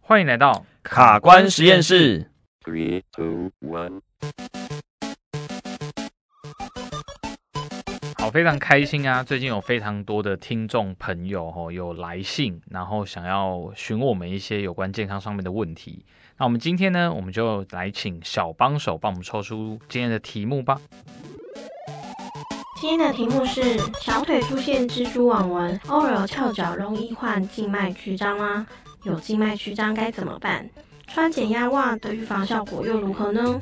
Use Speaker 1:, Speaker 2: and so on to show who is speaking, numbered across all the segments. Speaker 1: 欢迎来到
Speaker 2: 卡关实验室。
Speaker 3: Three, two, one.
Speaker 1: 好，非常开心啊！最近有非常多的听众朋友哦，有来信，然后想要询问我们一些有关健康上面的问题。那我们今天呢，我们就来请小帮手帮我们抽出今天的题目吧。
Speaker 4: 今天的题目是：小腿出现蜘蛛网纹，偶尔翘脚容易患静脉曲张吗？有静脉曲张该怎么办？穿减压袜的预防效果又如何呢？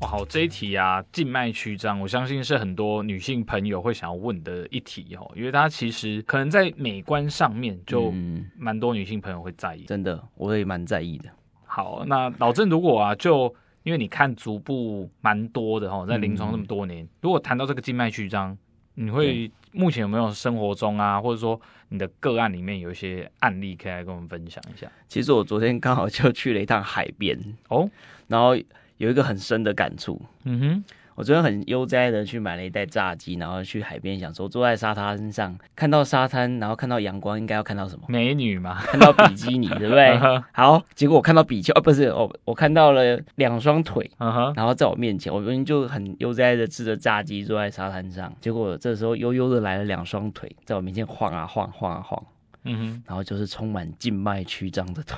Speaker 1: 哇，好，这一题啊，静脉曲张，我相信是很多女性朋友会想要问的一题哦，因为它其实可能在美观上面就
Speaker 2: 嗯，
Speaker 1: 蛮多女性朋友会在意。
Speaker 2: 真的，我也蛮在意的。
Speaker 1: 好，那老郑如果啊，就因为你看足部蛮多的哈，在临床这么
Speaker 2: 嗯
Speaker 1: 多年，如果谈到这个静脉曲张，你会目前有没有生活中啊，或者说你的个案里面有一些案例可以来跟我们分享一下？
Speaker 2: 其实我昨天刚好就去了一趟海边，
Speaker 1: 哦，
Speaker 2: 然后有一个很深的感触。
Speaker 1: 嗯哼，
Speaker 2: 我昨天很悠哉的去买了一袋炸鸡，然后去海边，想说坐在沙滩上，看到沙滩，然后看到阳光，应该要看到什么？
Speaker 1: 美女嘛，
Speaker 2: 看到比基尼，对不 对？好，结果我看到比丘，啊，不是，哦，我看到了两双腿，
Speaker 1: 嗯哼，
Speaker 2: 然后在我面前，我明明就很悠哉的吃着炸鸡，坐在沙滩上，结果这时候悠悠的来了两双腿，在我面前晃啊晃，晃啊晃，
Speaker 1: 嗯哼，
Speaker 2: 然后就是充满静脉曲张的腿，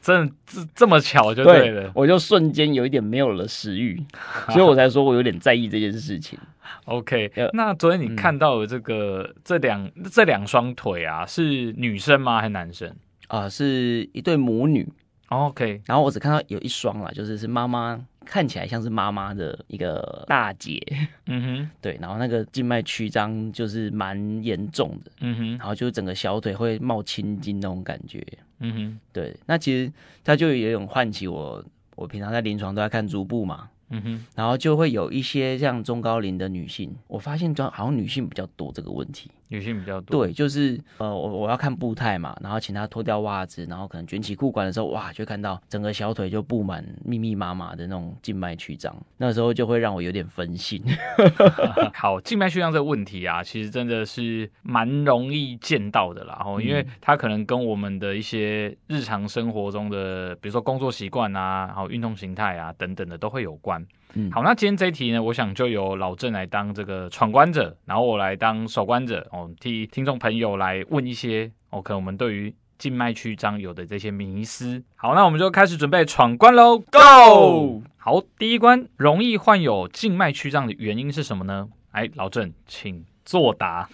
Speaker 1: 这这这么巧就对了。
Speaker 2: 我就瞬间有一点没有了 食欲，所以我才说我有点在意这件事情。
Speaker 1: OK，
Speaker 2: 呃
Speaker 1: 那昨天你
Speaker 2: 嗯
Speaker 1: 看到的这个、这两这两双腿啊，是女生吗？还是男生
Speaker 2: 啊、是一对母女，哦
Speaker 1: ？OK，
Speaker 2: 然后我只看到有一双啦，就是是妈妈，看起来像是妈妈的一个大姐，
Speaker 1: 嗯哼，
Speaker 2: 对，然后那个静脉曲张就是蛮严重的，
Speaker 1: 嗯哼，
Speaker 2: 然后就是整个小腿会冒青筋那种感觉，
Speaker 1: 嗯哼，
Speaker 2: 对，那其实它就有一种唤起我，我平常在临床都在看足部嘛，
Speaker 1: 嗯哼，
Speaker 2: 然后就会有一些像中高龄的女性，我发现就好像女性比较多这个问题。
Speaker 1: 女性比较多。
Speaker 2: 对，就是呃，我我要看步态嘛，然后请她脱掉袜子，然后可能卷起裤管的时候，哇，就看到整个小腿就布满密密麻麻的那种静脉曲张，那时候就会让我有点分心。
Speaker 1: 好，静脉曲张这个问题啊，其实真的是蛮容易见到的啦。然后，因为它可能跟我们的一些日常生活中的，比如说工作习惯啊，然后运动形态啊等等的都会有关。
Speaker 2: 嗯
Speaker 1: 好，那今天这一题呢，我想就由老郑来当这个闯关者，然后我来当守关者，哦，替听众朋友来问一些哦，可能我们对于静脉曲张有的这些迷思。好，那我们就开始准备闯关喽，Go！好，第一关，容易患有静脉曲张的原因是什么呢？哎，老郑，请作答。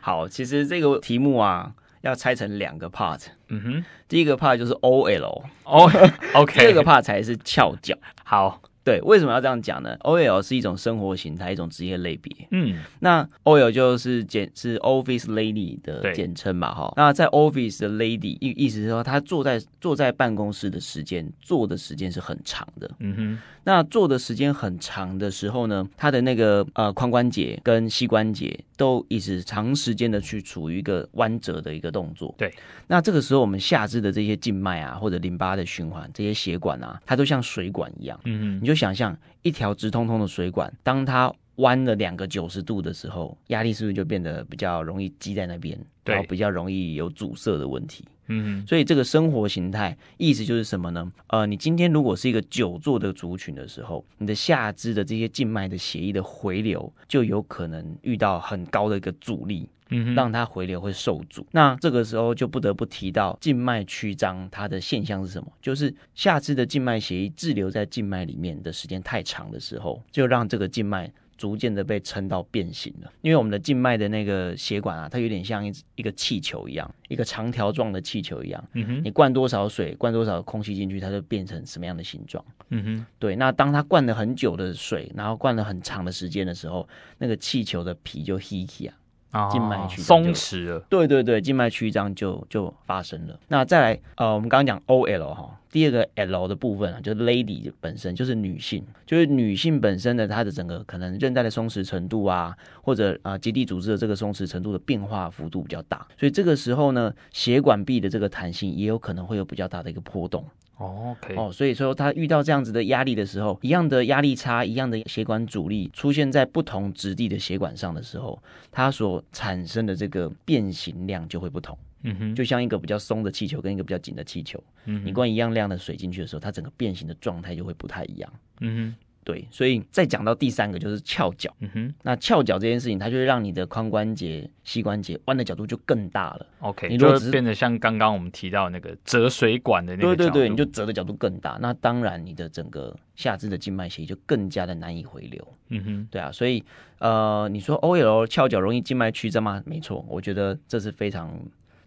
Speaker 2: 好，其实这个题目啊，要拆成两个 part，
Speaker 1: 嗯哼，
Speaker 2: 第一个 part 就是 OL，
Speaker 1: 哦、o
Speaker 2: 第
Speaker 1: k
Speaker 2: 二个 part 才是翘脚。
Speaker 1: 好，
Speaker 2: 对，为什么要这样讲呢？OL 是一种生活形态，一种职业类别。
Speaker 1: 嗯
Speaker 2: 那 OL 就是简是 Office Lady
Speaker 1: 对
Speaker 2: 的简称嘛，哈。那在 Office 的 Lady 意意思是说，她坐在坐在办公室的时间，坐的时间是很长的。
Speaker 1: 嗯
Speaker 2: 那坐的时间很长的时候呢，她的那个呃髋关节跟膝关节都一直长时间的去处于一个弯折的一个动作。
Speaker 1: 对。
Speaker 2: 那这个时候，我们下肢的这些静脉啊，或者淋巴的循环，这些血管啊，它都像水管一样。
Speaker 1: 哼，嗯哼，
Speaker 2: 你就想象一条直通通的水管，当它弯了两个九十度的时候，压力是不是就变得比较容易积在那边，
Speaker 1: 对
Speaker 2: 然后比较容易有阻塞的问题？
Speaker 1: 嗯哼，
Speaker 2: 所以这个生活形态意思就是什么呢？呃，你今天如果是一个久坐的族群的时候，你的下肢的这些静脉的血液的回流就有可能遇到很高的一个阻力，
Speaker 1: 嗯哼，
Speaker 2: 让它回流会受阻。那这个时候就不得不提到静脉曲张，它的现象是什么？就是下肢的静脉血液滞留在静脉里面的时间太长的时候，就让这个静脉。逐渐的被撑到变形了，因为我们的静脉的那个血管啊，它有点像一一个气球一样，一个长条状的气球一样。
Speaker 1: 嗯哼，
Speaker 2: 你灌多少水，灌多少空气进去，它就变成什么样的形状。
Speaker 1: 嗯哼，
Speaker 2: 对，那当它灌了很久的水，然后灌了很长的时间的时候，那个气球的皮就 h i k 啊，
Speaker 1: 哦
Speaker 2: 静脉曲张
Speaker 1: 松
Speaker 2: 就
Speaker 1: 弛了。
Speaker 2: 对对对，静脉曲张就就发生了。那再来，呃，我们刚刚讲 O L 哈，第二个 L 的部分啊，就是 lady 本身就是女性，就是女性本身的她的整个可能韧带的松弛程度啊，或者啊结缔组织的这个松弛程度的变化幅度比较大，所以这个时候呢，血管壁的这个弹性也有可能会有比较大的一个波动。
Speaker 1: 哦 OK，
Speaker 2: 哦，所以说他遇到这样子的压力的时候，一样的压力差，一样的血管阻力出现在不同质地的血管上的时候，它所产生的这个变形量就会不同。
Speaker 1: 嗯哼，
Speaker 2: 就像一个比较松的气球跟一个比较紧的气球，
Speaker 1: 嗯哼
Speaker 2: 你灌一样量的水进去的时候，它整个变形的状态就会不太一样。
Speaker 1: 嗯
Speaker 2: 对，所以再讲到第三个就是翘脚。
Speaker 1: 哼，嗯哼
Speaker 2: 那翘脚这件事情，它就会让你的髋关节、膝关节弯的角度就更大了。
Speaker 1: ，OK，
Speaker 2: 你如
Speaker 1: 就
Speaker 2: 果
Speaker 1: 会
Speaker 2: 只是
Speaker 1: 变得像刚刚我们提到那个折水管的那
Speaker 2: 对
Speaker 1: 个
Speaker 2: 对
Speaker 1: 角
Speaker 2: 对，
Speaker 1: 度
Speaker 2: 你就折的角度更大，那当然你的整个下肢的静脉血液就更加的难以回流。
Speaker 1: 嗯哼，
Speaker 2: 对啊，所以呃，你说 OL 翘脚容易静脉曲张吗？没错，我觉得这是非常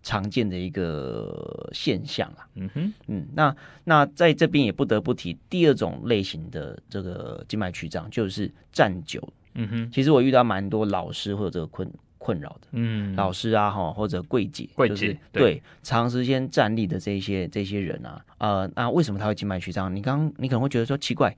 Speaker 2: 常见的一个现象啊。
Speaker 1: 嗯哼，
Speaker 2: 嗯，那那在这边也不得不提第二种类型的这个静脉曲张，就是站久。
Speaker 1: 嗯哼，
Speaker 2: 其实我遇到蛮多老师会有这个困困扰的。
Speaker 1: 嗯，
Speaker 2: 老师啊，哈，或者柜姐，
Speaker 1: 柜
Speaker 2: 就是
Speaker 1: 姐对
Speaker 2: 对长时间站立的这一些这些人啊，呃，那为什么他会静脉曲张？你刚你可能会觉得说奇怪，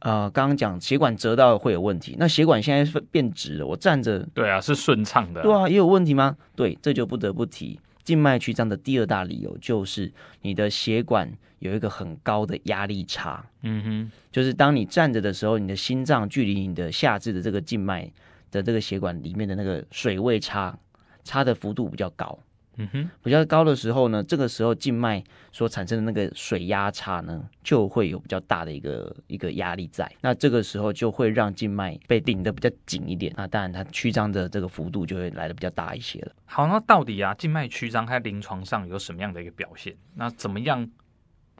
Speaker 2: 呃，刚刚讲血管折到会有问题，那血管现在是变直了，我站着，
Speaker 1: 对啊，是顺畅的，
Speaker 2: 对啊，也有问题吗？对，这就不得不提静脉曲张的第二大理由就是你的血管有一个很高的压力差，
Speaker 1: 嗯
Speaker 2: 就是当你站着的时候，你的心脏距离你的下肢的这个静脉的这个血管里面的那个水位差差的幅度比较高。
Speaker 1: 哼，嗯哼，
Speaker 2: 比较高的时候呢，这个时候静脉所产生的那个水压差呢，就会有比较大的一个一个压力在。那这个时候就会让静脉被顶得比较紧一点，那当然它曲张的这个幅度就会来的比较大一些了。
Speaker 1: 好，那到底啊，静脉曲张它临床上有什么样的一个表现？那怎么样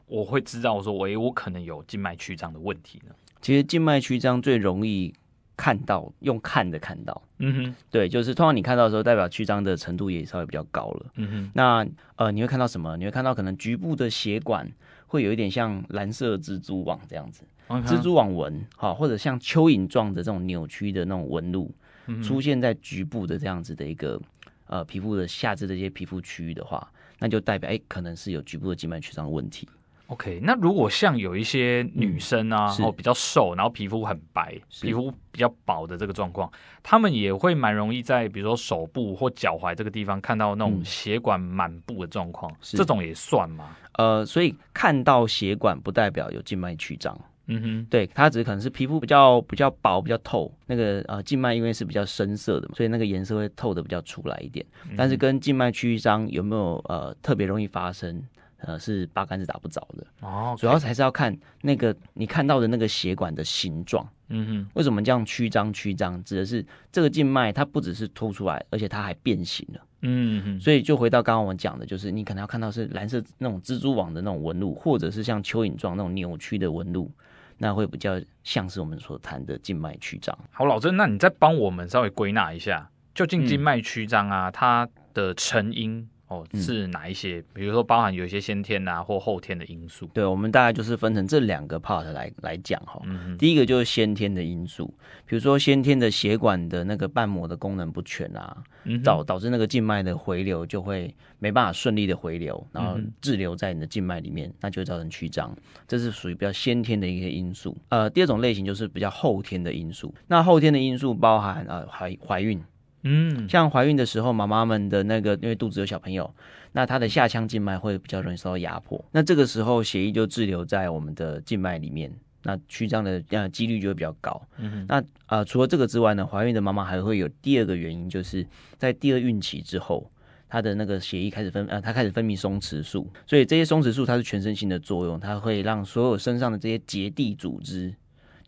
Speaker 1: 我会知道说，喂，我可能有静脉曲张的问题呢？
Speaker 2: 其实静脉曲张最容易看到，用看的看到，
Speaker 1: 嗯哼，
Speaker 2: 对，就是通常你看到的时候，代表曲张的程度也稍微比较高了。
Speaker 1: 嗯哼，
Speaker 2: 那呃，你会看到什么？你会看到可能局部的血管会有一点像蓝色蜘蛛网这样子。
Speaker 1: 嗯哼
Speaker 2: 蜘蛛网纹，好，或者像蚯蚓状的这种扭曲的那种纹路，
Speaker 1: 嗯
Speaker 2: 出现在局部的这样子的一个呃皮肤的下肢的一些皮肤区域的话，那就代表哎、可能是有局部的静脉曲张的问题。
Speaker 1: OK，那如果像有一些女生啊，
Speaker 2: 嗯是
Speaker 1: 哦比较瘦，然后皮肤很白，
Speaker 2: 是
Speaker 1: 皮肤比较薄的这个状况，她们也会蛮容易在比如说手部或脚踝这个地方看到那种
Speaker 2: 嗯
Speaker 1: 血管满布的状况，
Speaker 2: 是
Speaker 1: 这种也算吗？
Speaker 2: 呃，所以看到血管不代表有静脉曲张，
Speaker 1: 嗯哼，
Speaker 2: 对，它只是可能是皮肤比较比较薄、比较透，那个呃静脉因为是比较深色的嘛，所以那个颜色会透的比较出来一点。
Speaker 1: 嗯
Speaker 2: 但是跟静脉曲张有没有呃特别容易发生，呃是八竿子打不着的。
Speaker 1: 哦，
Speaker 2: 主要还是要看那个你看到的那个血管的形状。
Speaker 1: 嗯哼，
Speaker 2: 为什么这样曲张曲张？指的是这个静脉它不只是凸出来，而且它还变形了。
Speaker 1: 嗯哼，
Speaker 2: 所以就回到刚刚我们讲的，就是你可能要看到是蓝色那种蜘蛛网的那种纹路，或者是像蚯蚓状那种扭曲的纹路，那会比较像是我们所谈的静脉曲张。
Speaker 1: 好，老郑，那你再帮我们稍微归纳一下，究竟
Speaker 2: 嗯
Speaker 1: 静脉曲张啊，它的成因哦
Speaker 2: 嗯
Speaker 1: 是哪一些？比如说包含有一些先天啊或后天的因素。
Speaker 2: 对，我们大概就是分成这两个 part 来来讲哈。
Speaker 1: 嗯哼，
Speaker 2: 第一个就是先天的因素，比如说先天的血管的那个瓣膜的功能不全啊，
Speaker 1: 嗯哼
Speaker 2: 导导致那个静脉的回流就会没办法顺利的回流，然后
Speaker 1: 嗯哼
Speaker 2: 滞留在你的静脉里面，那就会造成曲张，这是属于比较先天的一些因素。呃，第二种类型就是比较后天的因素，那后天的因素包含呃怀怀孕，
Speaker 1: 嗯
Speaker 2: 像怀孕的时候，妈妈们的那个因为肚子有小朋友，那她的下腔静脉会比较容易受到压迫，那这个时候血液就滞留在我们的静脉里面。那曲张的呃几率就会比较高。
Speaker 1: 嗯
Speaker 2: 那呃除了这个之外呢，怀孕的妈妈还会有第二个原因，就是在第二孕期之后，她的那个血液开始分呃，她开始分泌松弛素，所以这些松弛素它是全身性的作用，它会让所有身上的这些结缔组织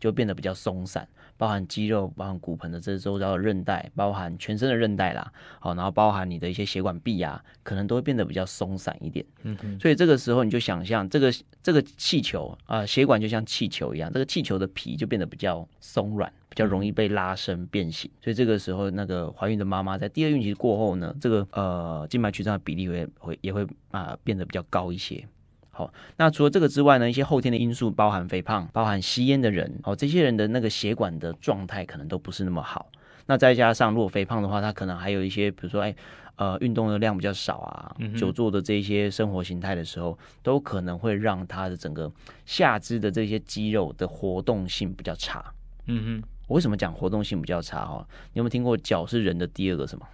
Speaker 2: 就变得比较松散。包含肌肉、包含骨盆的这周遭的韧带，包含全身的韧带啦，好，然后包含你的一些血管壁啊，可能都会变得比较松散一点。
Speaker 1: 嗯哼，
Speaker 2: 所以这个时候你就想象这个这个气球啊、呃血管就像气球一样，这个气球的皮就变得比较松软，比较容易被拉伸变形。所以这个时候，那个怀孕的妈妈在第二孕期过后呢，这个呃静脉曲张的比例会会也会啊、变得比较高一些。好，那除了这个之外呢，一些后天的因素包含肥胖、包含吸烟的人，哦，这些人的那个血管的状态可能都不是那么好。那再加上如果肥胖的话，他可能还有一些，比如说哎呃运动的量比较少啊，
Speaker 1: 嗯哼
Speaker 2: 久坐的这一些生活形态的时候，都可能会让他的整个下肢的这些肌肉的活动性比较差。
Speaker 1: 嗯哼，
Speaker 2: 我为什么讲活动性比较差哦？你有没有听过脚是人的第二个什么？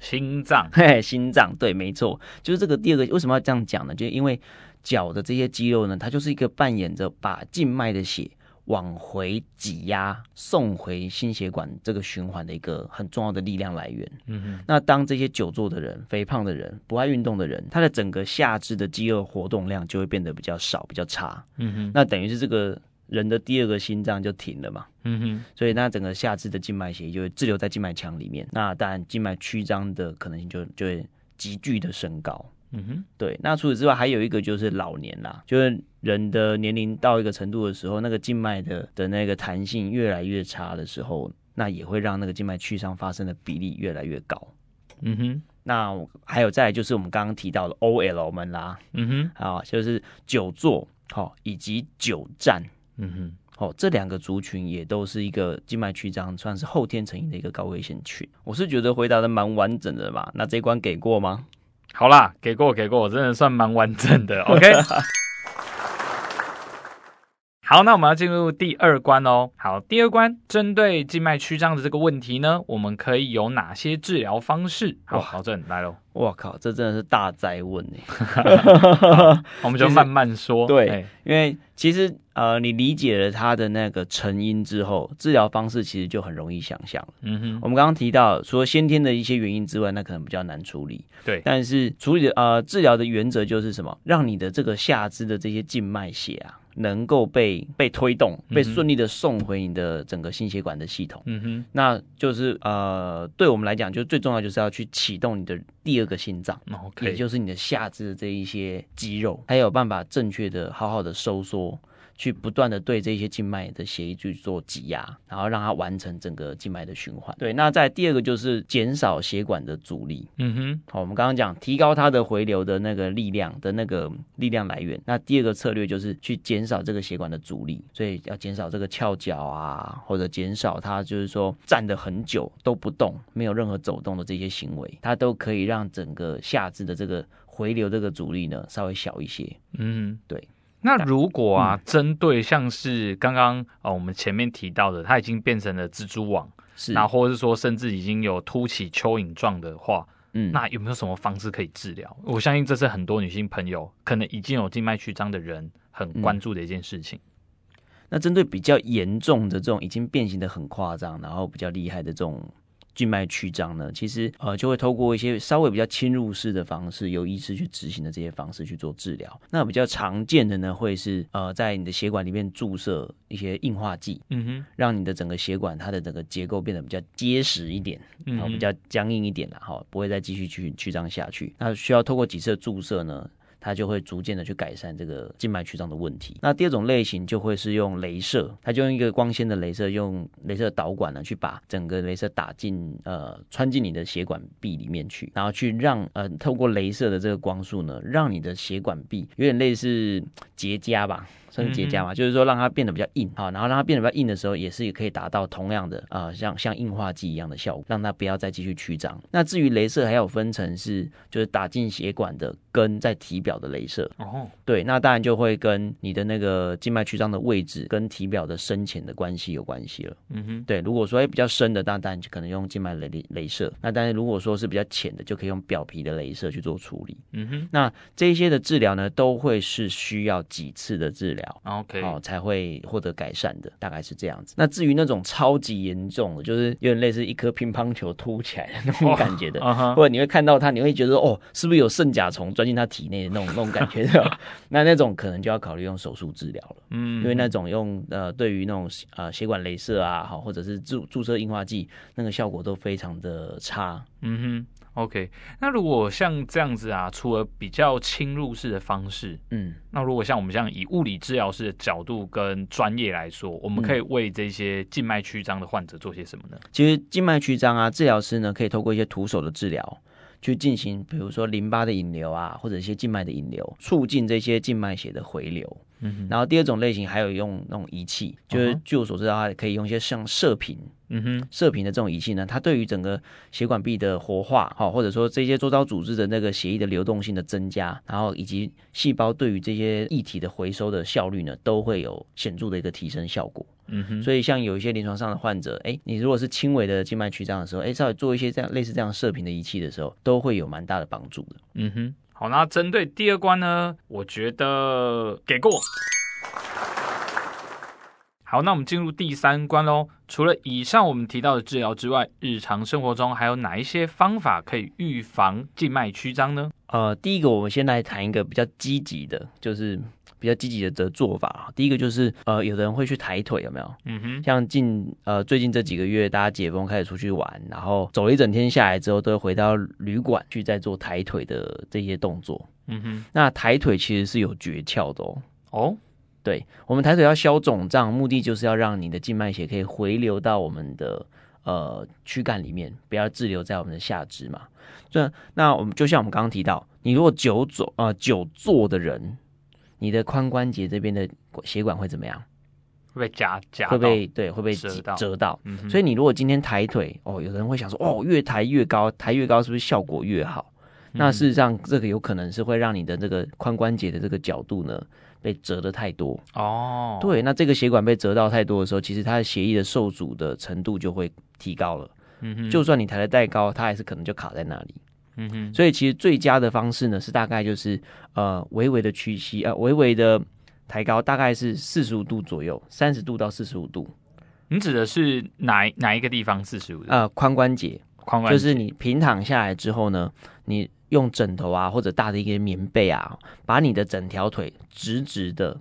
Speaker 1: 心脏，
Speaker 2: 嘿嘿，心脏对，没错，就是这个第二个。为什么要这样讲呢？就是因为脚的这些肌肉呢，它就是一个扮演着把静脉的血往回挤压、送回心血管这个循环的一个很重要的力量来源。
Speaker 1: 嗯哼，
Speaker 2: 那当这些久坐的人、肥胖的人、不爱运动的人，他的整个下肢的肌肉活动量就会变得比较少、比较差。
Speaker 1: 嗯哼，
Speaker 2: 那等于是这个人的第二个心脏就停了嘛，
Speaker 1: 嗯哼，
Speaker 2: 所以那整个下肢的静脉血液就会滞留在静脉腔里面，那当然静脉曲张的可能性就就会急剧的升高。
Speaker 1: 嗯哼，
Speaker 2: 对，那除此之外还有一个就是老年啦，就是人的年龄到一个程度的时候，那个静脉的的那个弹性越来越差的时候，那也会让那个静脉曲张发生的比例越来越高。
Speaker 1: 嗯哼，
Speaker 2: 那我还有再来就是我们刚刚提到的 OL 们啦，
Speaker 1: 嗯哼，
Speaker 2: 啊，就是久坐好、以及久站。
Speaker 1: 嗯哼，
Speaker 2: 哦，这两个族群也都是一个静脉曲张，算是后天成瘾的一个高危险群。我是觉得回答的蛮完整的吧？那这一关给过吗？
Speaker 1: 好啦，给过给过，我真的算蛮完整 的。OK。好，那我们要进入第二关哦。好，第二关针对静脉曲张的这个问题呢，我们可以有哪些治疗方式？好，
Speaker 2: 哇
Speaker 1: 老郑来喽，
Speaker 2: 我靠，这真的是大灾问哎！
Speaker 1: 我们就
Speaker 2: 其实
Speaker 1: 慢慢说。
Speaker 2: 对
Speaker 1: 哎
Speaker 2: 因为其实呃，你理解了它的那个成因之后，治疗方式其实就很容易想象了。
Speaker 1: 嗯
Speaker 2: 我
Speaker 1: 哼，
Speaker 2: 们刚刚提到，除了先天的一些原因之外，那可能比较难处理。
Speaker 1: 对
Speaker 2: 但是处理的呃治疗的原则就是什么？让你的这个下肢的这些静脉血啊，能够被被推动，被
Speaker 1: 嗯哼
Speaker 2: 顺利的送回你的整个心血管的系统。
Speaker 1: 嗯哼，
Speaker 2: 那就是呃，对我们来讲，就最重要就是要去启动你的第二个心脏，
Speaker 1: 那嗯 OK，
Speaker 2: 也就是你的下肢的这一些肌肉，还有办法正确的好好的收缩，去不断的对这些静脉的血液去做挤压，然后让它完成整个静脉的循环。对，那在第二个就是减少血管的阻力。
Speaker 1: 嗯哼，
Speaker 2: 好，我们刚刚讲提高它的回流的那个力量的那个力量来源。那第二个策略就是去减少这个血管的阻力，所以要减少这个翘脚啊，或者减少它就是说站得很久都不动，没有任何走动的这些行为，它都可以让整个下肢的这个回流这个阻力呢稍微小一些。
Speaker 1: 嗯哼，
Speaker 2: 对。
Speaker 1: 那如果啊，针对像是刚刚呃我们前面提到的，它已经变成了蜘蛛网，
Speaker 2: 是，
Speaker 1: 那或者是说甚至已经有凸起蚯蚓状的话，
Speaker 2: 嗯
Speaker 1: 那有没有什么方式可以治疗？我相信这是很多女性朋友可能已经有静脉曲张的人很关注的一件事情。
Speaker 2: 那针对比较严重的这种已经变形的很夸张，然后比较厉害的这种静脉曲张呢，其实呃就会透过一些稍微比较侵入式的方式，由医师去执行的这些方式去做治疗。那比较常见的呢，会是呃在你的血管里面注射一些硬化剂，
Speaker 1: 嗯
Speaker 2: 让你的整个血管它的整个结构变得比较结实一点。
Speaker 1: 哼，嗯
Speaker 2: 然后
Speaker 1: 哼，
Speaker 2: 比较僵硬一点了哈，不会再继续去曲张下去。那需要透过几次的注射呢，它就会逐渐的去改善这个静脉曲张的问题。那第二种类型就会是用镭射，它就用一个光纤的镭射，用镭射导管呢去把整个镭射打进呃穿进你的血管壁里面去，然后去让呃透过镭射的这个光束呢，让你的血管壁有点类似结痂吧，算是结痂嘛，就是说让它变得比较硬，好，然后让它变得比较硬的时候，也是可以达到同样的啊、呃像像硬化剂一样的效果，让它不要再继续曲张。那至于镭射，还有分成是就是打进血管的跟在体表的镭射，
Speaker 1: 哦，
Speaker 2: 对，那当然就会跟你的那个静脉曲张的位置跟体表的深浅的关系有关系了。
Speaker 1: 嗯哼，
Speaker 2: 对，如果说哎比较深的，那当然就可能用静脉镭镭射，那但是如果说是比较浅的，就可以用表皮的镭射去做处理。
Speaker 1: 嗯哼
Speaker 2: 那这些的治疗呢，都会是需要几次的治疗。
Speaker 1: ，OK，
Speaker 2: 哦，才会获得改善的，大概是这样子。那至于那种超级严重的，就是有点类似一颗乒乓球凸起来的那种感觉的，
Speaker 1: 嗯哼，
Speaker 2: 或者你会看到它，你会觉得哦，是不是有圣甲虫钻进它体内的那种那种感觉的？那那种可能就要考虑用手术治疗了，
Speaker 1: 嗯，
Speaker 2: 因为那种用呃，对于那种呃血管镭射啊，好或者是注注射硬化剂，那个效果都非常的差。
Speaker 1: 嗯哼，OK。那如果像这样子啊，除了比较侵入式的方式，
Speaker 2: 嗯。
Speaker 1: 那如果像我们这样以物理治疗师的角度跟专业来说，我们
Speaker 2: 嗯
Speaker 1: 可以为这些静脉曲张的患者做些什么呢？
Speaker 2: 其实静脉曲张啊，治疗师呢可以透过一些徒手的治疗去进行，比如说淋巴的引流啊，或者一些静脉的引流，促进这些静脉血的回流。
Speaker 1: 嗯哼，
Speaker 2: 然后第二种类型还有用那种仪器，就是
Speaker 1: 嗯哼
Speaker 2: 据我所知道，它可以用一些像射频。
Speaker 1: 嗯哼，
Speaker 2: 射频的这种仪器呢，它对于整个血管壁的活化，好，或者说这些周遭组织的那个血液的流动性的增加，然后以及细胞对于这些液体的回收的效率呢，都会有显著的一个提升效果。
Speaker 1: 嗯哼，
Speaker 2: 所以像有一些临床上的患者，哎，你如果是轻微的静脉曲张的时候，哎，稍微做一些这样类似这样射频的仪器的时候，都会有蛮大的帮助的。
Speaker 1: 嗯哼，好，那针对第二关呢，我觉得给过。好，那我们进入第三关喽。除了以上我们提到的治疗之外，日常生活中还有哪一些方法可以预防静脉曲张呢？
Speaker 2: 呃，第一个我们先来谈一个比较积极的，就是比较积极的的做法。第一个就是呃，有的人会去抬腿，有没有？
Speaker 1: 嗯哼，
Speaker 2: 像近呃最近这几个月，大家解封开始出去玩，然后走了一整天下来之后，都会回到旅馆去再做抬腿的这些动作。
Speaker 1: 嗯哼，
Speaker 2: 那抬腿其实是有诀窍的哦。
Speaker 1: 哦，
Speaker 2: 对我们抬腿要消肿胀，目的就是要让你的静脉血可以回流到我们的呃躯干里面，不要滞留在我们的下肢嘛。这那我们就像我们刚刚提到，你如果久走啊、呃、久坐的人，你的髋关节这边的血管会怎么样？
Speaker 1: 会被夹夹
Speaker 2: 会
Speaker 1: 到，
Speaker 2: 被对会被
Speaker 1: 折
Speaker 2: 挤
Speaker 1: 到
Speaker 2: 折到。
Speaker 1: 嗯哼，
Speaker 2: 所以你如果今天抬腿，哦，有的人会想说，哦，越抬越高，抬越高是不是效果越好？
Speaker 1: 嗯
Speaker 2: 那事实上，这个有可能是会让你的这个髋关节的这个角度呢被折得太多。
Speaker 1: 哦，，
Speaker 2: 对，那这个血管被折到太多的时候，其实它的血液的受阻的程度就会提高了。
Speaker 1: 嗯哼，
Speaker 2: 就算你抬得再高，它还是可能就卡在那里。
Speaker 1: 嗯哼，
Speaker 2: 所以其实最佳的方式呢，是大概就是呃微微的屈膝，呃微微的抬高，大概是四十五度左右，三十度到四十五度。
Speaker 1: 你指的是哪哪一个地方四十五？
Speaker 2: 呃，髋关节
Speaker 1: 髋关
Speaker 2: 就是你平躺下来之后呢，你用枕头啊或者大的一个棉被啊，把你的整条腿直直的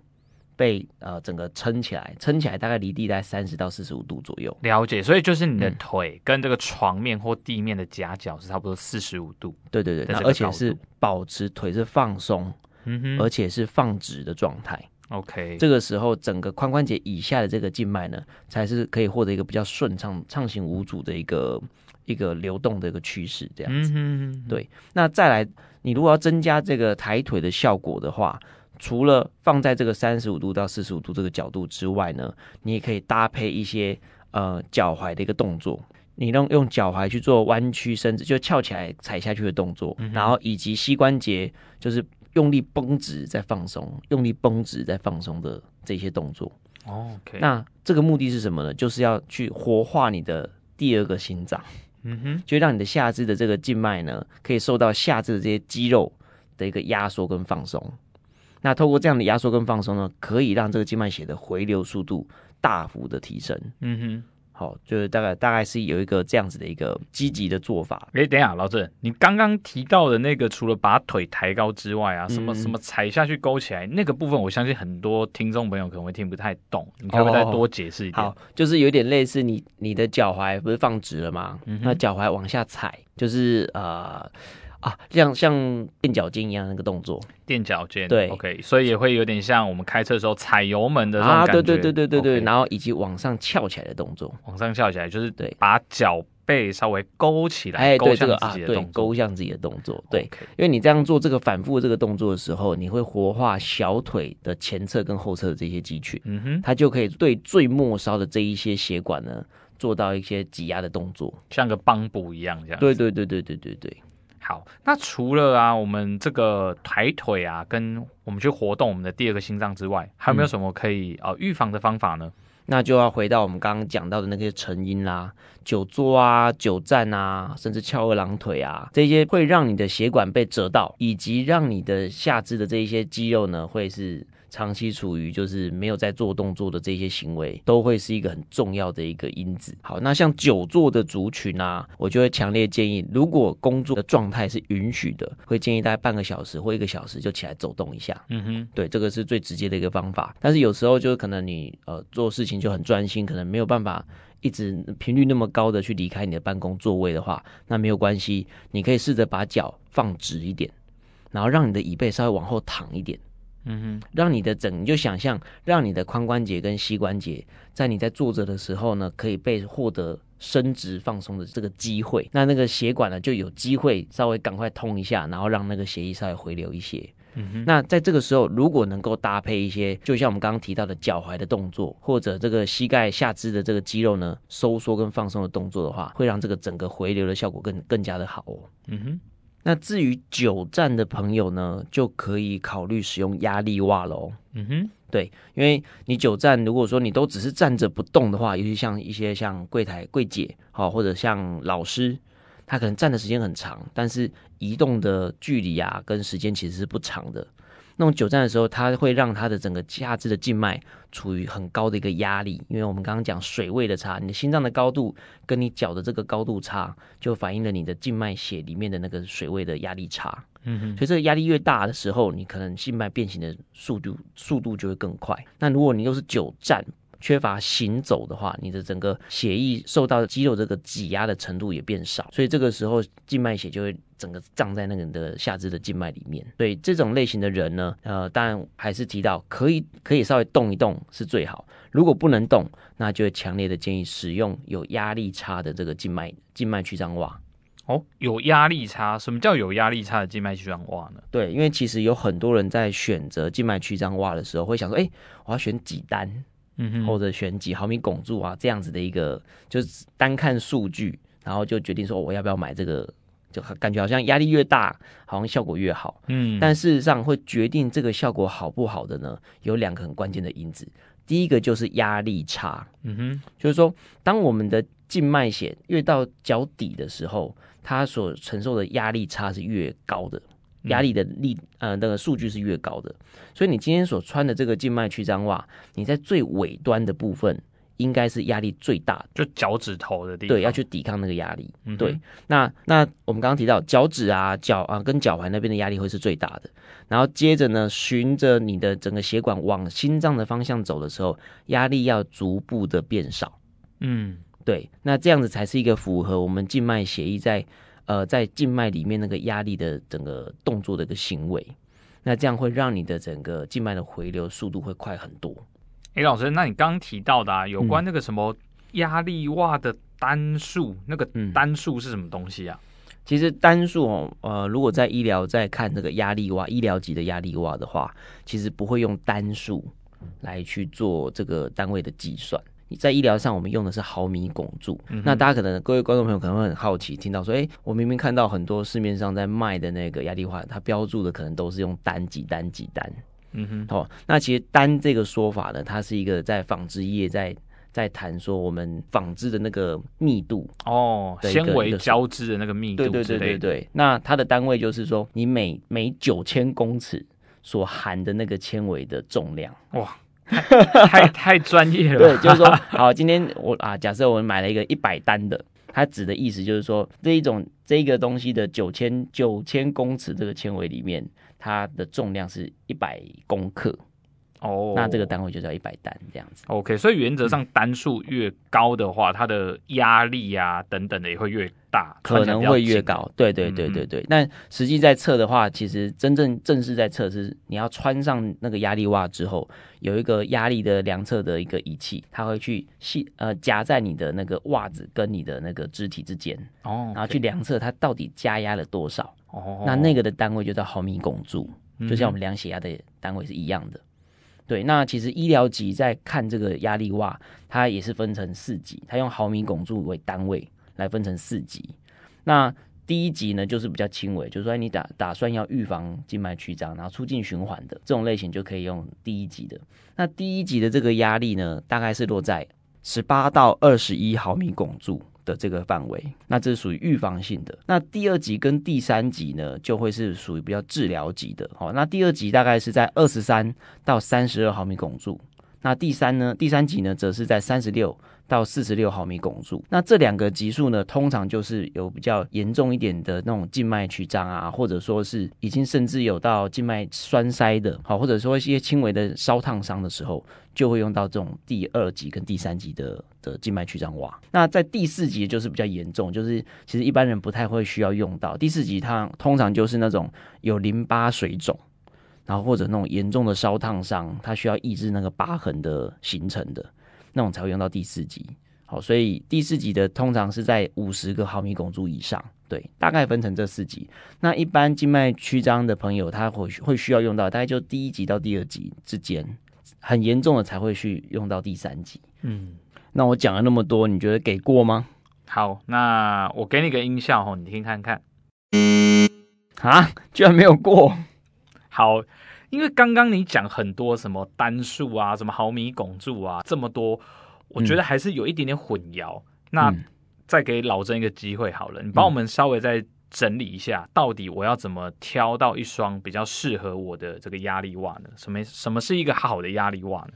Speaker 2: 被呃整个撑起来，撑起来大概离地大概三十到四十五度左右。
Speaker 1: 了解，所以就是你的
Speaker 2: 嗯
Speaker 1: 腿跟这个床面或地面的夹角是差不多四十五度。
Speaker 2: 对对对，
Speaker 1: 的
Speaker 2: 那
Speaker 1: 这个
Speaker 2: 而且
Speaker 1: 高
Speaker 2: 是
Speaker 1: 度
Speaker 2: 保持腿是放松，
Speaker 1: 嗯
Speaker 2: 而
Speaker 1: 哼
Speaker 2: 且是放直的状态。
Speaker 1: ，OK，
Speaker 2: 这个时候，整个髋关节以下的这个静脉呢，才是可以获得一个比较顺畅、畅行无阻的一个一个流动的一个趋势。这样，
Speaker 1: 嗯哼，
Speaker 2: 对那再来，你如果要增加这个抬腿的效果的话，除了放在这个三十五度到四十五度这个角度之外呢，你也可以搭配一些呃脚踝的一个动作。你用用脚踝去做弯曲伸直，就翘起来踩下去的动作，
Speaker 1: 嗯哼
Speaker 2: 然后以及膝关节就是用力绷直再放松，用力绷直再放松的这些动作。
Speaker 1: 哦，OK，
Speaker 2: 那这个目的是什么呢？就是要去活化你的第二个心脏。
Speaker 1: 嗯哼，
Speaker 2: 就让你的下肢的这个静脉呢，可以受到下肢的这些肌肉的一个压缩跟放松。那透过这样的压缩跟放松呢，可以让这个静脉血的回流速度大幅的提升。
Speaker 1: 嗯哼。
Speaker 2: 好，就是大概大概是有一个这样子的一个积极的做法。
Speaker 1: 哎，等一下，老郑，你刚刚提到的那个，除了把腿抬高之外啊，什么
Speaker 2: 嗯
Speaker 1: 什么踩下去勾起来那个部分，我相信很多听众朋友可能会听不太懂，你可不可以再
Speaker 2: 哦
Speaker 1: 多解释一点？
Speaker 2: 好，就是有点类似你你的脚踝不是放直了吗？
Speaker 1: 嗯哼
Speaker 2: 那脚踝往下踩，就是呃啊，像像垫脚尖一样那个动作。
Speaker 1: 垫脚尖，
Speaker 2: 对
Speaker 1: ，OK，所以也会有点像我们开车的时候踩油门的那种
Speaker 2: 啊，
Speaker 1: 感觉，
Speaker 2: 对对对对对对
Speaker 1: OK
Speaker 2: 然后以及往上翘起来的动作。
Speaker 1: 往上翘起来，就是
Speaker 2: 对
Speaker 1: 把脚背稍微勾起来，
Speaker 2: 哎，
Speaker 1: 勾
Speaker 2: 对这
Speaker 1: 向
Speaker 2: 个
Speaker 1: 自
Speaker 2: 啊，
Speaker 1: 己的
Speaker 2: 对
Speaker 1: 动，作，
Speaker 2: 勾向自己的动作，对，
Speaker 1: OK，
Speaker 2: 因为你这样做这个反复这个动作的时候，你会活化小腿的前侧跟后侧的这些肌群，
Speaker 1: 嗯哼，
Speaker 2: 它就可以对最末梢的这一些血管呢做到一些挤压的动作。
Speaker 1: 像个帮补一样这样。
Speaker 2: 对对对对对对对，
Speaker 1: 好，那除了啊，我们这个抬腿啊，跟我们去活动我们的第二个心脏之外，还有没有
Speaker 2: 嗯
Speaker 1: 什么可以呃预防的方法呢？
Speaker 2: 那就要回到我们刚刚讲到的那些成因啦，久坐啊、久站啊，甚至翘二郎腿啊，这些会让你的血管被折到，以及让你的下肢的这一些肌肉呢，会是长期处于就是没有在做动作的这些行为，都会是一个很重要的一个因子。好，那像久坐的族群啊，我就会强烈建议，如果工作的状态是允许的，会建议大概半个小时或一个小时就起来走动一下。
Speaker 1: 嗯哼，
Speaker 2: 对，这个是最直接的一个方法。但是有时候就是可能你呃做事情就很专心，可能没有办法一直频率那么高的去离开你的办公座位的话，那没有关系，你可以试着把脚放直一点，然后让你的椅背稍微往后躺一点，
Speaker 1: 嗯哼，
Speaker 2: 让你的整你就想象让你的髋关节跟膝关节在你在坐着的时候呢，可以被获得。伸直放松的这个机会，那那个血管呢就有机会稍微赶快通一下，然后让那个血液稍微回流一些。
Speaker 1: 嗯哼，
Speaker 2: 那在这个时候，如果能够搭配一些，就像我们刚刚提到的脚踝的动作，或者这个膝盖下肢的这个肌肉呢收缩跟放松的动作的话，会让这个整个回流的效果更更加的好哦。
Speaker 1: 嗯哼，
Speaker 2: 那至于久站的朋友呢，就可以考虑使用压力袜喽。
Speaker 1: 嗯哼，
Speaker 2: 对，因为你久站，如果说你都只是站着不动的话，尤其像一些像柜台柜姐，好、或者像老师，他可能站的时间很长，但是移动的距离啊跟时间其实是不长的。那种久站的时候，它会让它的整个下肢的静脉处于很高的一个压力，因为我们刚刚讲水位的差，你的心脏的高度跟你脚的这个高度差，就反映了你的静脉血里面的那个水位的压力差。
Speaker 1: 嗯哼，
Speaker 2: 所以这个压力越大的时候，你可能静脉变形的速度速度就会更快。那如果你又是久站，缺乏行走的话，你的整个血液受到肌肉这个挤压的程度也变少，所以这个时候静脉血就会整个胀在那个人的下肢的静脉里面。所以这种类型的人呢，呃，当然还是提到可以可以稍微动一动是最好。如果不能动，那就会强烈的建议使用有压力差的这个静脉静脉曲张袜。
Speaker 1: 哦，有压力差，什么叫有压力差的静脉曲张袜呢？
Speaker 2: 对，因为其实有很多人在选择静脉曲张袜的时候，会想说，哎、我要选几单，
Speaker 1: 嗯哼，
Speaker 2: 或者选几毫米汞柱啊，这样子的一个，就是单看数据，然后就决定说我要不要买这个，就感觉好像压力越大，好像效果越好。
Speaker 1: 嗯，
Speaker 2: 但事实上，会决定这个效果好不好的呢，有两个很关键的因子。第一个就是压力差，
Speaker 1: 嗯哼，
Speaker 2: 就是说，当我们的静脉血越到脚底的时候，它所承受的压力差是越高的，
Speaker 1: 嗯
Speaker 2: 压力的力呃那个数据是越高的。所以你今天所穿的这个静脉曲张袜，你在最尾端的部分应该是压力最大的，
Speaker 1: 就脚趾头的地方，
Speaker 2: 对，要去抵抗那个压力。
Speaker 1: 嗯哼
Speaker 2: 对，那那我们刚刚提到脚趾啊、脚啊跟脚踝那边的压力会是最大的，然后接着呢，循着你的整个血管往心脏的方向走的时候，压力要逐步的变少。
Speaker 1: 嗯
Speaker 2: 对，那这样子才是一个符合我们静脉血液在呃在静脉里面那个压力的整个动作的一个行为。那这样会让你的整个静脉的回流速度会快很多。
Speaker 1: 诶，老师，那你刚提到的、啊、有
Speaker 2: 嗯
Speaker 1: 关那个什么压力袜的单数，那个
Speaker 2: 嗯
Speaker 1: 单数是什么东西啊？
Speaker 2: 其实单数哦，呃，如果在医疗在看这个压力袜、医疗级的压力袜的话，其实不会用单数来去做这个单位的计算。你在医疗上，我们用的是毫米汞柱。那大家可能各位观众朋友可能会很好奇，听到说，哎，我明明看到很多市面上在卖的那个压力袜，它标注的可能都是用单几单几单。
Speaker 1: 嗯哼，
Speaker 2: 哦，那其实单这个说法呢，它是一个在纺织业在在谈说我们纺织的那个密度，
Speaker 1: 哦，
Speaker 2: 对一个
Speaker 1: 纤维交织的那个密度
Speaker 2: 对对
Speaker 1: 之
Speaker 2: 对
Speaker 1: 类
Speaker 2: 对
Speaker 1: 的，
Speaker 2: 对，那它的单位就是说，你每每九千公尺所含的那个纤维的重量。
Speaker 1: 太太专业了
Speaker 2: 对，
Speaker 1: 吧。
Speaker 2: 就是说， 好，今天我啊，假设我买了一个一百单的，它指的意思就是说，这一种这一个东西的九千九千公尺这个纤维里面，它的重量是一百公克，
Speaker 1: 哦，
Speaker 2: 那这个单位嗯就叫一百单这样子。
Speaker 1: OK，所以原则上单数越高的话，它的压力啊等等的也会越大，
Speaker 2: 可
Speaker 1: 穿起来
Speaker 2: 能
Speaker 1: 比较嗯
Speaker 2: 会越
Speaker 1: 紧。
Speaker 2: 高，对对对对对。但实际在测的话，其实真正正式在测是你要穿上那个压力袜之后，有一个压力的量测的一个仪器，它会去系呃夹在你的那个袜子跟你的那个肢体之间，
Speaker 1: 哦，
Speaker 2: 然后去量测它到底加压了多少。
Speaker 1: 哦，
Speaker 2: 那那个的单位就叫毫米汞柱，
Speaker 1: 嗯
Speaker 2: 就像我们量血压的单位是一样的。对，那其实医疗级在看这个压力袜，它也是分成四级，它用毫米汞柱为单位来分成四级。那第一级呢，就是比较轻微，就是说你打打算要预防静脉曲张，然后促进循环的这种类型，就可以用第一级的。那第一级的这个压力呢，大概是落在十八到二十一毫米汞柱的这个范围，那这是属于预防性的。那第二级跟第三级呢，就会是属于比较治疗级的。好、那第二级大概是在二十三到三十二毫米汞柱，那第三呢，第三级呢，则是在三十六到四十六毫米汞柱。那这两个级数呢，通常就是有比较严重一点的那种静脉曲张啊，或者说是已经甚至有到静脉栓塞的，好，或者说一些轻微的烧烫伤的时候，就会用到这种第二级跟第三级的的静脉曲张袜。那在第四级就是比较严重，就是其实一般人不太会需要用到。第四级它通常就是那种有淋巴水肿。然后或者那种严重的烧烫伤，它需要抑制那个疤痕的形成的，那种才会用到第四级。好，所以第四级的通常是在五十个毫米汞柱以上，对，大概分成这四级。那一般静脉曲张的朋友，他会会需要用到，大概就第一级到第二级之间，很严重的才会去用到第三级。
Speaker 1: 嗯，
Speaker 2: 那我讲了那么多，你觉得给过吗？
Speaker 1: 好，那我给你个音效哦，你听看看。
Speaker 2: 啊， 居然没有过，
Speaker 1: 好，因为刚刚你讲很多什么单数啊，什么毫米汞柱啊，这么多，我觉得还是有一点点混淆。那
Speaker 2: 嗯
Speaker 1: 嗯再给老郑一个机会好了，你帮我们稍微再整理一下，到底我要怎么挑到一双比较适合我的这个压力袜呢？什么什么是一个好的压力袜呢？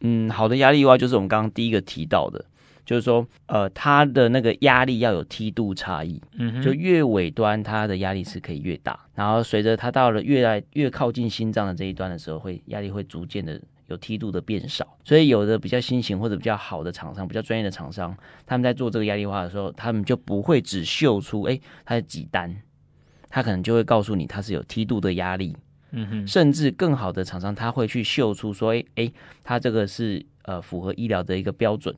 Speaker 2: 嗯，好的压力袜就是我们刚刚第一个提到的，就是说，呃，它的那个压力要有梯度差异，
Speaker 1: 嗯哼
Speaker 2: 就越尾端它的压力是可以越大，然后随着它到了越来越靠近心脏的这一端的时候，会压力会逐渐的有梯度的变少，所以有的比较新型或者比较好的厂商、比较专业的厂商，他们在做这个压力化的时候，他们就不会只秀出哎它是几单，他可能就会告诉你它是有梯度的压力，
Speaker 1: 嗯哼，
Speaker 2: 甚至更好的厂商他会去秀出说哎哎它这个是呃符合医疗的一个标准。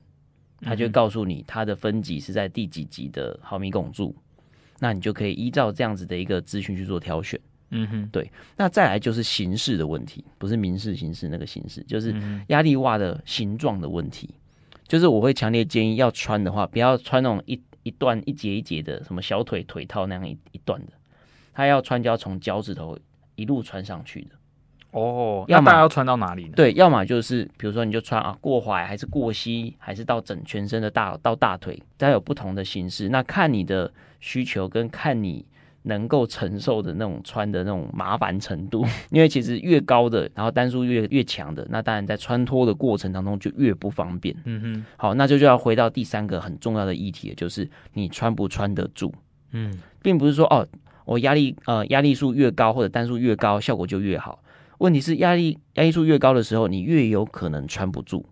Speaker 2: 它就会
Speaker 1: 嗯哼
Speaker 2: 告诉你它的分级是在第几级的毫米汞柱，那你就可以依照这样子的一个资讯去做挑选。
Speaker 1: 嗯哼，
Speaker 2: 那再来就是形式的问题，不是民事形式那个形式，就是
Speaker 1: 嗯哼
Speaker 2: 压力袜的形状的问题。就是我会强烈建议要穿的话，不要穿那种一一段一节一节的，什么小腿腿套那样一一段的，它要穿就要从脚趾头一路穿上去的。
Speaker 1: 哦，
Speaker 2: 要
Speaker 1: 那
Speaker 2: 么
Speaker 1: 大家要穿到哪里呢？
Speaker 2: 对，要么就是比如说你就穿啊过踝，还是过膝，还是到整全身的大到大腿，它有不同的形式。那看你的需求跟看你能够承受的那种穿的那种麻烦程度， 因为其实越高的，然后单数越越强的，那当然在穿脱的过程当中就越不方便。
Speaker 1: 嗯哼，
Speaker 2: 好，那就就要回到第三个很重要的议题，也就是你穿不穿得住，
Speaker 1: 嗯
Speaker 2: 并不是说哦我压力呃压力数越高或者单数越高效果就越好。问题是压力压力数越高的时候，你越有可能穿不住，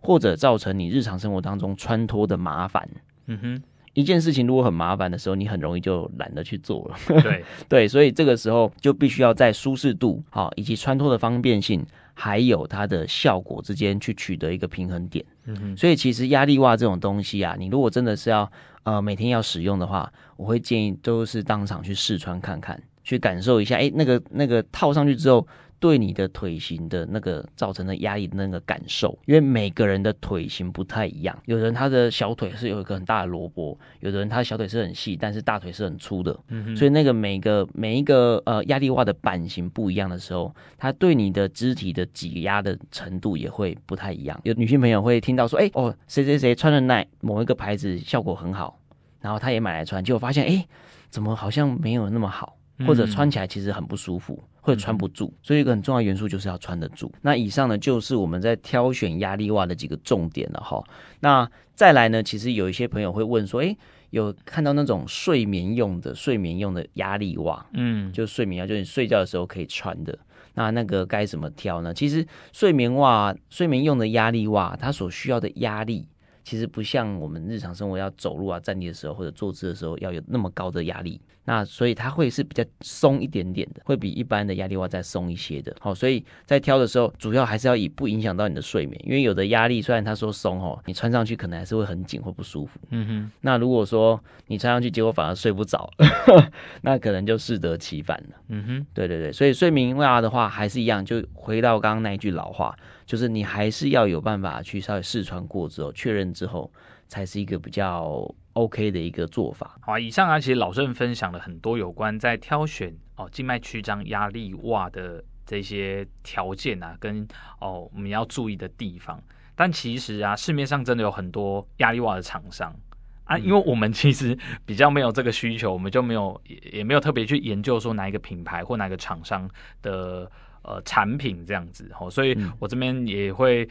Speaker 2: 或者造成你日常生活当中穿脱的麻烦。
Speaker 1: 嗯哼，
Speaker 2: 一件事情如果很麻烦的时候，你很容易就懒得去做了。
Speaker 1: 对，
Speaker 2: 对，所以这个时候就必须要在舒适度好、以及穿脱的方便性，还有它的效果之间去取得一个平衡点。
Speaker 1: 嗯哼，
Speaker 2: 所以其实压力袜这种东西啊，你如果真的是要呃每天要使用的话，我会建议都是当场去试穿看看，去感受一下，哎，那个那个套上去之后。对你的腿型的那个造成的压力的那个感受，因为每个人的腿型不太一样，有人他的小腿是有一个很大的萝卜，有的人他的小腿是很细，但是大腿是很粗的，
Speaker 1: 嗯哼，
Speaker 2: 所以那个每个每一个呃压力袜的版型不一样的时候，它对你的肢体的挤压的程度也会不太一样。有女性朋友会听到说，哎、哦，谁谁谁穿的那某一个牌子效果很好，然后她也买来穿，结果发现，哎、怎么好像没有那么好，或者
Speaker 1: 嗯
Speaker 2: 穿起来其实很不舒服。或者穿不住，所以一个很重要的元素就是要穿得住。那以上呢，就是我们在挑选压力袜的几个重点了哈。那再来呢，其实有一些朋友会问说，哎、有看到那种睡眠用的睡眠用的压力袜，
Speaker 1: 嗯，
Speaker 2: 就是睡眠药，啊就是你睡觉的时候可以穿的。那那个该怎么挑呢？其实睡眠袜、睡眠用的压力袜，它所需要的压力，其实不像我们日常生活要走路啊、站立的时候或者坐姿的时候要有那么高的压力。那所以它会是比较松一点点的，会比一般的压力袜再松一些的。好、所以在挑的时候，主要还是要以不影响到你的睡眠，因为有的压力虽然它说松哦，你穿上去可能还是会很紧或不舒服。
Speaker 1: 嗯哼，
Speaker 2: 那如果说你穿上去结果反而睡不着， 那可能就适得其反了。
Speaker 1: 嗯哼，
Speaker 2: 对对对，所以睡眠袜的话还是一样，就回到刚刚那一句老话，就是你还是要有办法去稍微试穿过之后确认之后，才是一个比较 OK 的一个做法。
Speaker 1: 好啊，以上啊，其实老郑分享了很多有关在挑选哦静脉曲张压力袜的这些条件啊，跟哦我们要注意的地方。但其实啊，市面上真的有很多压力袜的厂商啊，因为我们其实比较没有这个需求，我们就没有也也没有特别去研究说哪一个品牌或哪个厂商的呃产品这样子哦，所以我这边也会。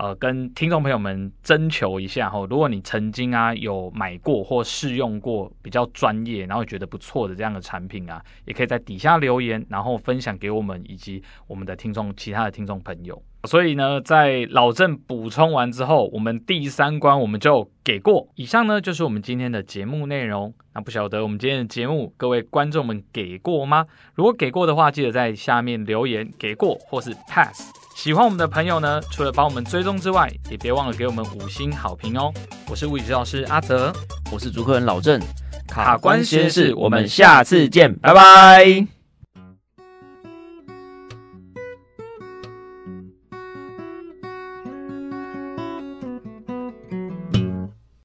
Speaker 1: 呃，跟听众朋友们征求一下哈、如果你曾经啊有买过或试用过比较专业，然后觉得不错的这样的产品啊，也可以在底下留言，然后分享给我们以及我们的听众其他的听众朋友。所以呢，在老郑补充完之后，我们第三关我们就给过。以上呢就是我们今天的节目内容。那不晓得我们今天的节目各位观众们给过吗？如果给过的话，记得在下面留言给过或是 pass。喜欢我们的朋友呢，除了帮我们追踪之外，也别忘了给我们五星好评哦。我是物理治疗师阿泽，
Speaker 2: 我是主客人老郑，
Speaker 1: 卡关实验室我们
Speaker 2: 下次见，拜拜。